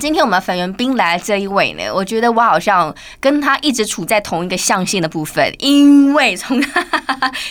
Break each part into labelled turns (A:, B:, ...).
A: 今天我们粉圆冰来这一位呢，我觉得我好像跟他一直处在同一个象限的部分，因为从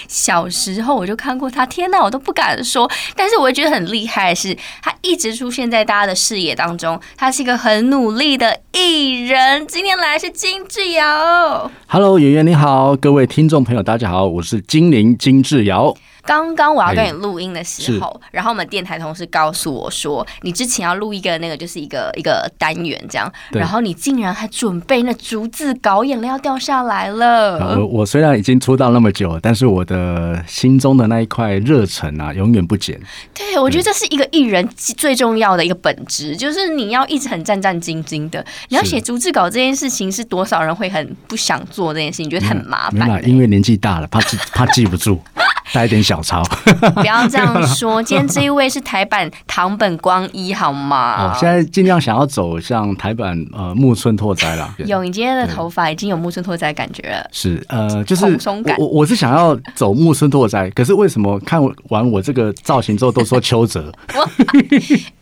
A: 小时候我就看过他，天哪，我都不敢说。但是我觉得很厉害的是，他一直出现在大家的视野当中，他是一个很努力的艺人。今天来是金志尧。
B: Hello，圆圆你好，各位听众朋友，大家好，我是精灵金志尧。
A: 刚刚我要跟你
B: 哎
A: 录音的时候，然后我们电台同事告诉我说，你之前要录一个那个就是一个一个单元这样，
B: 对
A: 然后你竟然还准备那逐字稿，眼泪要掉下来了。
B: 啊我我虽然已经出道那么久，但是我的心中的那一块热忱啊，永远不减。
A: 对，我觉得这是一个艺人最重要的一个本质，就是你要一直很战战兢兢的。你要
B: 是
A: 写逐字稿这件事情，是多少人会很不想做这件事情，觉得很麻
B: 没
A: 烦
B: 啦，
A: 欸。
B: 因为年纪大了，怕 记怕记不住，带一点小抄。
A: 不要这样说，今天这一位是台版唐本光一，好 吗？
B: 哦，现在尽量想要走向台版呃木村拓哉啦。
A: 有你今天的头发已经有木村拓哉的感觉了。
B: 是呃，就是
A: 蓬松感
B: 我我我是想要走木村拓哉，可是为什么看完我这个造型之后都说 邱泽？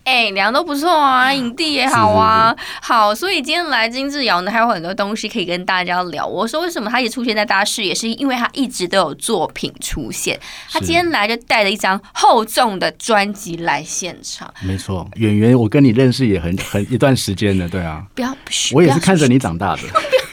A: 哎、两个都不错啊，影帝也好啊，好，所以今天来金志尧呢，还有很多东西可以跟大家聊。我说为什么他也出现在大家视野，是因为他一直都有作品出现。他今天来就带了一张厚重的专辑来现场，
B: 没错，演员我跟你认识也很很一段时间了，对啊，
A: 不要，嘘
B: 我也
A: 不
B: 是
A: 要
B: 看着你长大 的。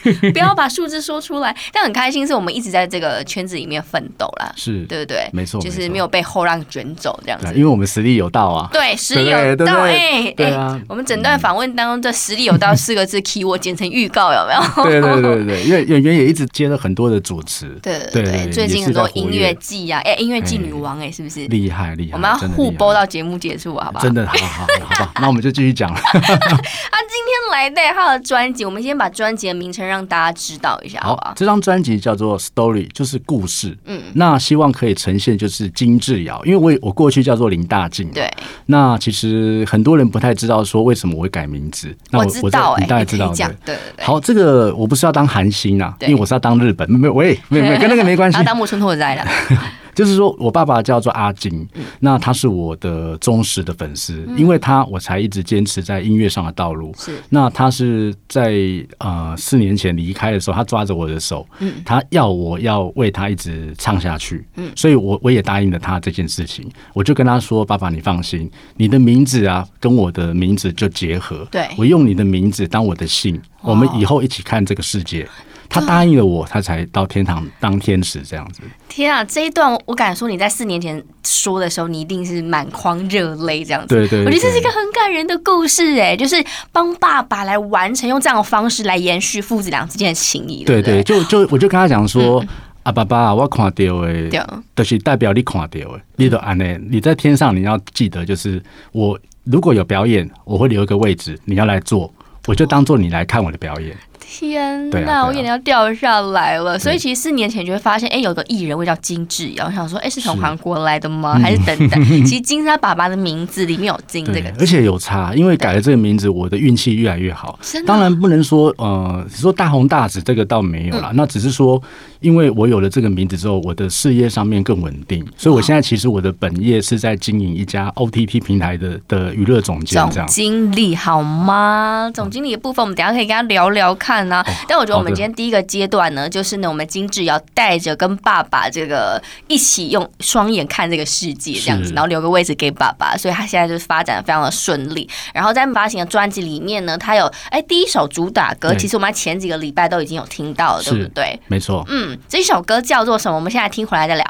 A: 嘘不要把数字说出来，但很开心是我们一直在这个圈子里面奋斗啦，
B: 是
A: 对不对？
B: 没错
A: 就是
B: 没错
A: 没有被后浪卷走这样子
B: 对，。因为我们实力有到啊。
A: 对，实
B: 对
A: 力
B: 不
A: 有
B: 对对不
A: 道
B: 对
A: 哎
B: 对
A: 哎
B: 啊，
A: 我们整段访问当中，这实力有道四个 字 key，我剪成预告有没有？
B: 对对对对，因为演员也一直接了很多的主持，
A: 对
B: 对
A: 对，最近很多音乐
B: 也是在活跃
A: 季啊，哎，音乐季
B: 哎
A: 女王哎，是不是？
B: 厉害厉害，
A: 我们要
B: 真的
A: 互
B: 厉害
A: 播到节目结束，好不好？
B: 真的好好好好吧，那我们就继续讲了。
A: 啊，今天来带他的专辑，我们先把专辑的名称让大家知道一下， 好不
B: 好
A: 好，？
B: 这张专辑叫做《Story》，就是故事。
A: 嗯
B: 嗯，那希望可以呈现就是金智瑶，因为我也我过去叫做林大静嘛。
A: 对，
B: 那其实很多人不太知道说为什么我会改名字。那
A: 知道哎，
B: 你大概
A: 你可
B: 知
A: 以
B: 道
A: 讲
B: 对，
A: 对对对。
B: 好，这个我不是要当韩星啊，
A: 对
B: 因为我是要当日本，没有喂，没 有没有，跟那个没关系
A: 他。当木村拓 哉了，
B: 就是说我爸爸叫做阿金，
A: 嗯
B: 那他是我的忠实的粉丝，因为他我才一直坚持在音乐上的道路。
A: 是
B: 那他是在呃四年前离开的时候，他抓着我的手，
A: 嗯
B: 他要我要为他一直唱下去，所以我我也答应了他这件事情，我就跟他说：“爸爸，你放心，你的名字啊跟我的名字就结合，
A: 对哦
B: 我用你的名字当我的姓，我们以后一起看这个世界。”他答应了我，他才到天堂当天使这样子。
A: 天啊！这一段我敢说，你在四年前说的时候，你一定是满眶热泪这样子。
B: 对对对
A: 我觉得这是一个很感人的故事，哎，就是帮爸爸来完成用这样的方式来延续父子俩之间的情谊，
B: 对
A: 不对嗯
B: 对，就就我就跟他讲说。啊，爸爸，我看到诶
A: 对，嗯
B: 就是代表你看到诶，你都安内，你在天上你要记得，就是我如果有表演，我会留一个位置，你要来做，我就当做你来看我的表演。
A: 天
B: 对啊对嗯
A: 呐，
B: 啊
A: 我眼泪要掉下来了。所以其实四年前就会发现，哎，有个艺人会叫金智尧，我想说，哎，是从
B: 是
A: 韩国来的吗？还是等 等？其实金是他爸爸的名字，里面有金这
B: 对
A: 个，字。
B: 而且有差，因为改了这个名字，我的运气越来越好
A: 真。的
B: 当然不能说呃，说大红大紫这个倒没
A: 嗯
B: 有啦，那只是说，因为我有了这个名字之后，我的事业上面更稳定，所以
A: 哦
B: 我现在其实我的本业是在经营一家 OTT 平台的的娱乐总监这
A: 总
B: 样。
A: 经理好吗？总经理的部分，我们等一下可以跟他聊聊看呢、
B: 哦
A: 但我觉得我们
B: 好的
A: 今天第一个阶段呢，就是呢，我们金智尧带着跟爸爸这个一起用双眼看这个世界这样子，
B: 是
A: 然后留个位置给爸爸，所以他现在就是发展的非常的顺利。然后在发行的专辑里面呢，他有哎第一首主打歌，
B: 对
A: 其实我们在前几个礼拜都已经有听到了，对
B: 是
A: 不对？
B: 没错，
A: 嗯，这首歌叫做什么？我们现在听回来再聊。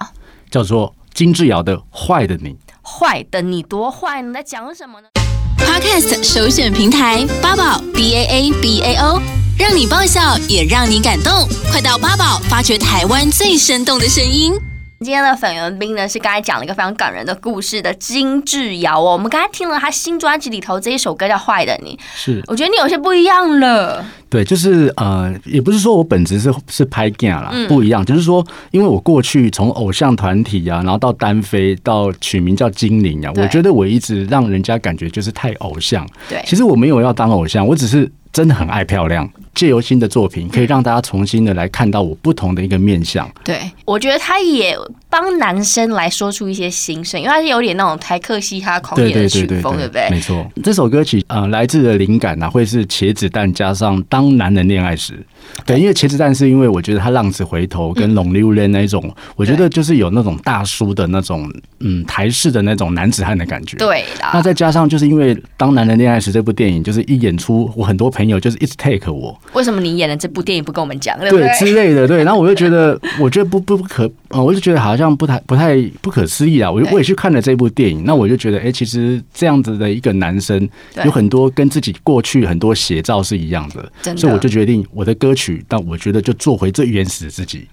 B: 叫做金智瑶的《坏的你》。
A: 坏的你多坏呢？在讲什么呢？
C: Podcast 首选平台八宝 B A A B A O，让你爆笑也让你感动，快到八宝发掘台湾最生动的声音。
A: 今天的粉圆冰呢，是刚才讲了一个非常感人的故事的金智瑶哦。我们刚才听了她新专辑里头这一首歌叫《坏的你》，
B: 是
A: 我觉得你有些不一样了。
B: 对，就是呃，也不是说我本职是是拍 g a 啦，不一样，就是说，因为我过去从偶像团体啊，然后到单飞，到取名叫精灵啊，
A: 对
B: 我觉得我一直让人家感觉就是太偶像。
A: 对
B: 其实我没有要当偶像，我只是真的很爱漂亮。借由新的作品，可以让大家重新的来看到我不同的一个面相。
A: 对，我觉得她也帮男生来说出一些心声，因为她是有点那种台客嘻哈狂
B: 对
A: 野
B: 对
A: 的
B: 对
A: 曲
B: 对
A: 风，对不对？
B: 没错，这首歌曲呃来自的灵感呢、会是茄子蛋加上当男人恋爱时。对，因为茄子蛋是因为我觉得他浪子回头
A: 嗯
B: 跟龙溜人那一种，我觉得就是有那种大叔的那种嗯台式的那种男子汉的感觉。。
A: 对
B: 那
A: 啦，
B: 再加上，就是因为《当男人恋爱时》这部电影，就是一演出，我很多朋友就是一直 take 我，
A: 为什么你演的这部电影不跟我们讲，对不
B: 对之类 的，对。然后我就觉得，我觉得不不不可，呃，我就觉得好像不太不太不可思议啊！我就
A: 对
B: 我也去看了这部电影，那我就觉得，哎，其实这样子的一个男生
A: 对，
B: 有很多跟自己过去很多写照是一样
A: 真
B: 的，
A: 的
B: 所以我就决定我的歌曲，但我觉得就做回最原始的自己。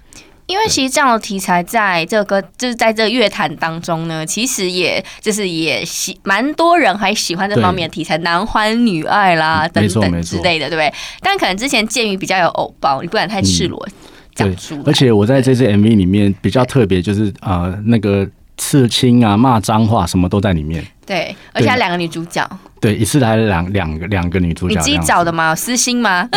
A: 因为其实这样的题材，在这个就是在这个乐坛当中呢，其实也就是也喜蛮多人还喜欢这方面的题材，男欢女爱啦等
B: 嗯没错
A: 等
B: 没
A: 之
B: 错
A: 类的，对不对？但可能之前鉴于比较有偶包，你不敢太赤裸讲
B: 嗯对
A: 出来、，
B: 而且我在这支 MV 里面比较特别，就是呃那个刺青啊、骂脏话什么都在里面。
A: 对，而且还两个女主角，
B: 对，一次来了两两个两个女主
A: 你
B: 角这样
A: 自
B: 子，
A: 己找的吗？有私心 吗？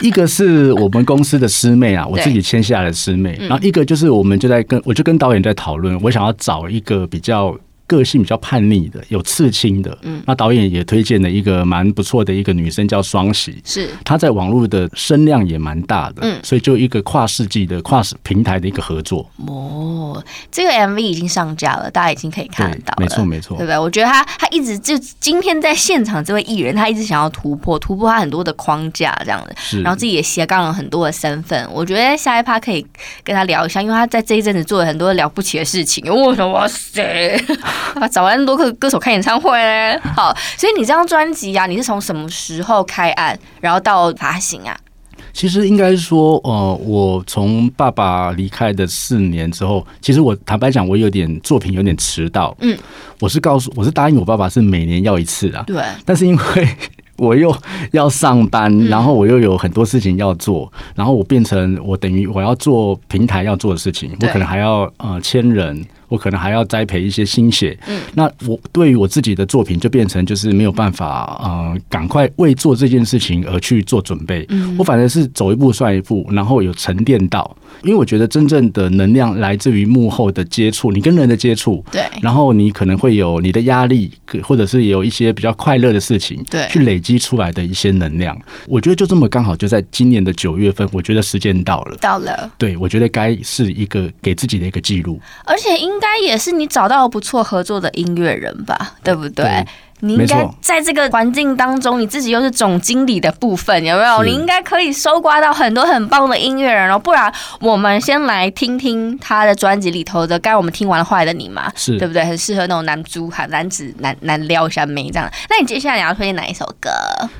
B: 一个是我们公司的师妹啊，我自己签下来的师
A: 嗯
B: 妹，然后一个就是我们就在跟我就跟导演在讨论，我想要找一个比较。个性比较叛逆的，有刺青的，嗯，那导演也推荐了一个蛮不错的一个女生叫双喜，
A: 是
B: 她在网络的声量也蛮大的，
A: 嗯
B: 所以就一个跨世纪的跨平台的一个合作，
A: 哦，这个 MV 已经上架了，大家已经可以看得到了，
B: 对没错没错
A: 对不对？我觉得他他一直就今天在现场这位艺人，他一直想要突破突破他很多的框架这样子，
B: 是
A: 然后自己也斜杠了很多的身份。我觉得下一趴可以跟他聊一下，因为他在这一阵子做了很多了不起的事情。我说哇塞， 他找了那么多个歌手开演唱会嘞。好，所以你这张专辑啊，你是从什么时候开案，然后到发行啊？
B: 其实应该说，呃，我从爸爸离开的四年之后，其实我坦白讲，我有点作品有点迟到。
A: 嗯，
B: 我是告诉我是答应我爸爸是每年要一次啊，
A: 对，
B: 但是因为我又要上班，然后我又有很多事情要做，然后我变成我等于我要做平台要做的事情，我
A: 对
B: 可能还要呃签人，我可能还要栽培一些新血。那我对于我自己的作品就变成就是没有办法呃赶快为做这件事情而去做准备，我反而是走一步算一步，然后有沉淀到，因为我觉得真正的能量来自于幕后的接触，你跟人的接触，
A: 对
B: 然后你可能会有你的压力，可或者是有一些比较快乐的事情，
A: 对
B: 去累积出来的一些能量。我觉得就这么刚好就在今年的九月份，我觉得时间到了。
A: 到了。
B: 对，我觉得该是一个给自己的一个记录。
A: 而且应该也是你找到不错合作的音乐人吧，对不对？
B: 对
A: 你应该
B: 没错
A: 在这个环境当中，你自己又是总经理的部分，有没有？
B: 是
A: 你应该可以搜刮到很多很棒的音乐人哦。不然，我们先来听听他的专辑里头的，该我们听完了坏的你嘛，
B: 是
A: 对不对？很适合那种男猪喊男子男男撩一下妹这样。那你接下来你要推荐哪一首歌？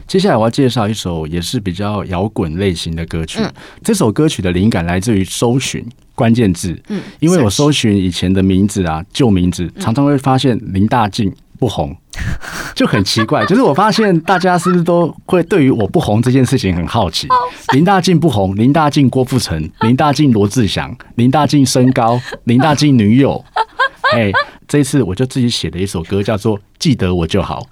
B: 接下来我要介绍一首也是比较摇滚类型的歌曲。这首歌曲的灵感来自于搜寻关键字，嗯，因为我搜寻以前的名字啊，旧名字，常常会发现林大进不红， 就很奇怪。就是我发现大家是不是都会对于我不红这件事情很好奇？林大进不红，林大进郭富 城，林大进罗志祥，林大进身高，林大进女友。 哎、这一次我就自己写了一首歌，叫做《记得我 就好》。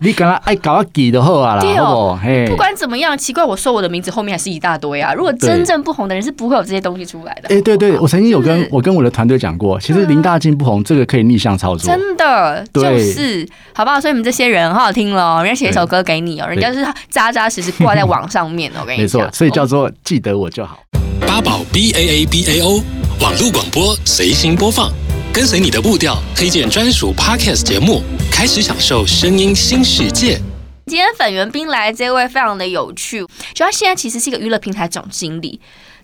B: 你敢爱搞我记就好啊啦，
A: 对哦
B: 好不好？嘿，
A: 不管怎么样，奇怪，我说我的名字后面还是一大堆啊。如果真正不红的人，是不会有这些东西出来的。
B: 哎、对对，我曾经有跟
A: 嗯
B: 我跟我的团队讲过，其实林大进不红，这个可以逆向操作。
A: 真的就
B: 对
A: 是，好不好？所以你们这些人很好听咯，人家写一首歌给你哦，人家是扎扎实实挂在网上面哦，我跟你
B: 没
A: 讲
B: 错，，所以叫做记得我就好。
A: 哦
D: 八宝 B A A B A O 网络广播随心播放，跟随你的步调，推荐专属 Podcast 节目，开始享受声音新世界。
A: 今天粉圆冰来这位非常的有趣，就他现在其实是一个娱乐平台总经理。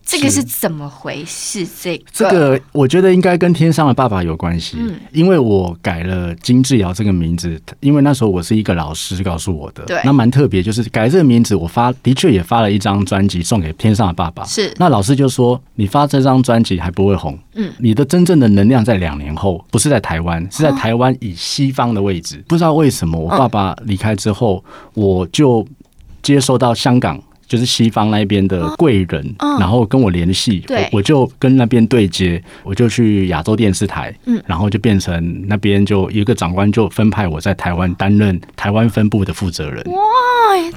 A: 这个是怎么回事？这个
B: 这个我觉得应该跟天上的爸爸有关系，
A: 嗯
B: 因为我改了金志尧这个名字，因为那时候我是一个老师告诉我的，
A: 对
B: 那蛮特别，就是改这个名字，我发的确也发了一张专辑送给天上的爸爸，
A: 是
B: 那老师就说你发这张专辑还不会红，嗯，你的真正的能量在两年后，不是在台湾，是在台湾以西方的位置，不知道为什么我爸爸离开之后，我就接收到香港。就是西方那边的贵人，然后跟我联系，
A: 对
B: 我我就跟那边对接，我就去亚洲电视台，嗯，然后就变成那边就一个长官就分派我在台湾担任台湾分部的负责人。
A: 哇，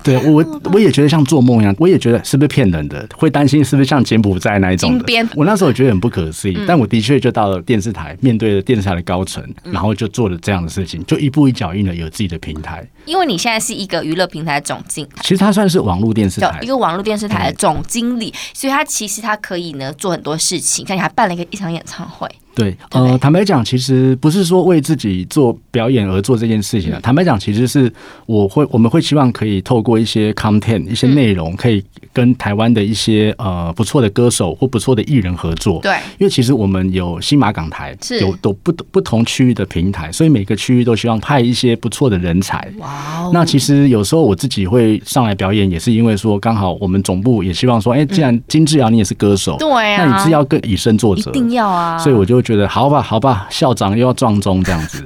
B: 对我，我也觉得像做梦一样，我也觉得是不是骗人的，会担心是不是像柬埔寨那一种
A: 金边嗯
B: 的。我那时候觉得很不可思议，但我的确就到了电视台，面对了电视台的高层，
A: 嗯
B: 然后就做了这样的事情，就一步一脚印的有自己的平台。
A: 因为你现在是一个娱乐平台总经
B: 其实它算是网络电视
A: 有
B: 台
A: 一，个网络电视台的总经理，所以他其实他可以呢做很多事情，像你还办了一个一场演唱会，
B: 对，
A: 对
B: 呃，坦白讲，其实不是说为自己做表演而做这件事情
A: 嗯
B: 啊。坦白讲，其实是我会，我们会希望可以透过一些 content、一些
A: 嗯
B: 内容，可以跟台湾的一些呃不错的歌手或不错的艺人合作。
A: 对
B: 因为其实我们有新马港台
A: 是，
B: 有都不不同区域的平台，所以每个区域都希望派一些不错的人才。
A: 哇哦，
B: 那其实有时候我自己会上来表演，也是因为说刚好我们总部也希望说，哎、既然金志尧你也是歌手，
A: 嗯对啊
B: 那你是要更以身作
A: 一
B: 则，
A: 定要啊，
B: 所以我就觉得好吧，好吧，校长又要撞钟这样子，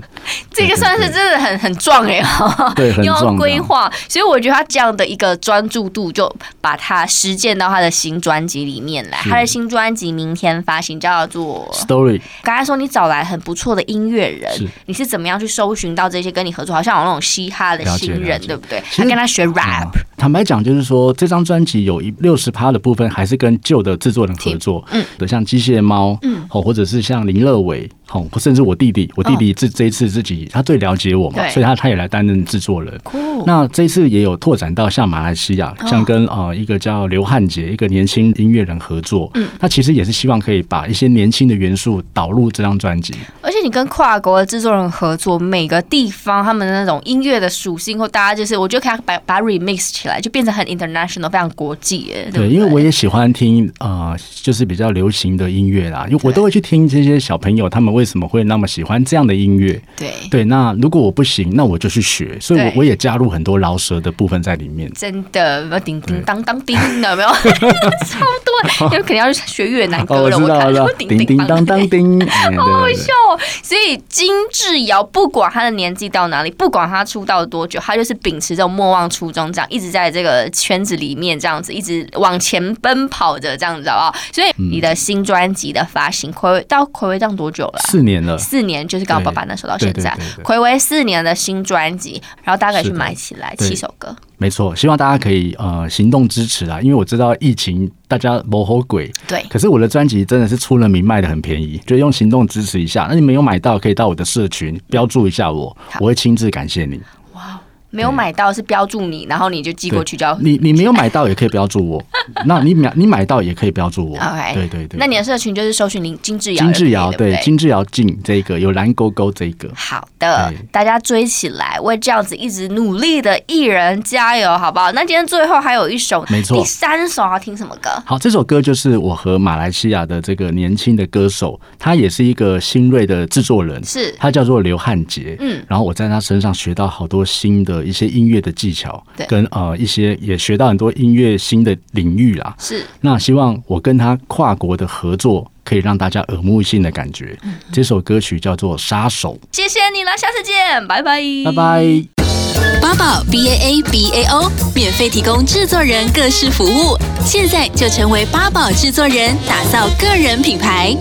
A: 这个算是真的很很壮哎、欸，
B: 对 很
A: 又要
B: 壮啊
A: 规划，所以我觉得他这样的一个专注度，就把它实践到他的新专辑里面来。他的新专辑明天发行，叫做
B: story
A: 刚才说你找来很不错的音乐人
B: 是，
A: 你是怎么样去搜寻到这些跟你合作，好像有那种嘻哈的
B: 了解
A: 新人
B: 了，解
A: 对不对？
B: 其实
A: 他跟他学 rap，、
B: 啊。坦白讲，就是说这张专辑有一六十趴的部分还是跟旧的制作人合作，嗯，的像机械猫，嗯，哦，或者是像林乐伟，哦，甚至我弟弟，我弟弟这这一次自己他最了解我嘛
A: 对，
B: 所以他他也来担任制作人。
A: 酷
B: 那这次也有拓展到像马来西亚，像跟呃一个叫刘汉杰一个年轻音乐人合作，嗯，那其实也是希望可以把一些年轻的元素导入这张专辑。
A: 而且你跟跨国的制作人合作，每个地方他们的那种音乐的属性或大家就是，我觉得可以把把它 remix 起来，就变成很 international，非常国际耶，不
B: 对，
A: 对？
B: 因为我也喜欢听呃，就是比较流行的音乐啦，因为我都会去听这些小朋友他们为什么会那么喜欢这样的音乐。
A: 对。
B: 对，那如果我不行，那我就去学，所以我
A: 对
B: 我也加入很多饶舌的部分在里面。
A: 真的，要叮叮当当叮，有没 有？差不多，因为肯定要去学越南歌
B: 哦我
A: 哎了。
B: 知道
A: 哦看
B: 了，
A: 叮
B: 叮叮当当 叮，嗯
A: 好好
B: 对
A: 笑哦！所以金智尧不管他的年纪到哪里，不管他出道多久，他就是秉持这种莫忘初衷，这样一直在这个圈子里面这样子一直往前奔跑着，这样子好不好？所以你的新专辑的发行，暌违到暌违这样多久了啊？
B: 四年了，
A: 四年，就是刚刚爸爸那时候到现在
B: 对对对，对
A: 暌违四年的新专辑，然后大家可以去买起来，
B: 对
A: 七首歌。
B: 没错，希望大家可以呃行动支持啊，因为我知道疫情大家谋猴鬼，
A: 对，
B: 可是我的专辑真的是出了名，卖的很便宜，就用行动支持一下。那你没有买到，可以到我的社群标注一下我，我会亲自感谢你。
A: 没有买到是标注你，然后你就寄过去就要。
B: 你你没有买到也可以标注我，那你买你买到也可以标注我。
A: OK，
B: 对对对。
A: 那你的社群就是搜寻林金智尧就可以，
B: 金志尧
A: 对不
B: 对金志尧进这个有蓝勾勾这个，
A: 好的
B: 对，
A: 大家追起来，为这样子一直努力的艺人加油，好不好？那今天最后还有一首，
B: 没错
A: 第三首要听什么歌？
B: 好，这首歌就是我和马来西亚的这个年轻的歌手，他也是一个新锐的制作人，
A: 是
B: 他叫做刘汉杰。
A: 嗯，
B: 然后我在他身上学到好多新的一些音乐的技巧，
A: 对
B: 跟呃一些也学到很多音乐新的领域啦。
A: 是
B: 那希望我跟他跨国的合作，可以让大家耳目一新的感觉。
A: 嗯
B: 这首歌曲叫做《杀手》，
A: 谢谢你了，下次见，拜拜，
B: 拜拜。
C: 八宝 B A A B A O 免费提供制作人各式服务，现在就成为八宝制作人，打造个人品牌。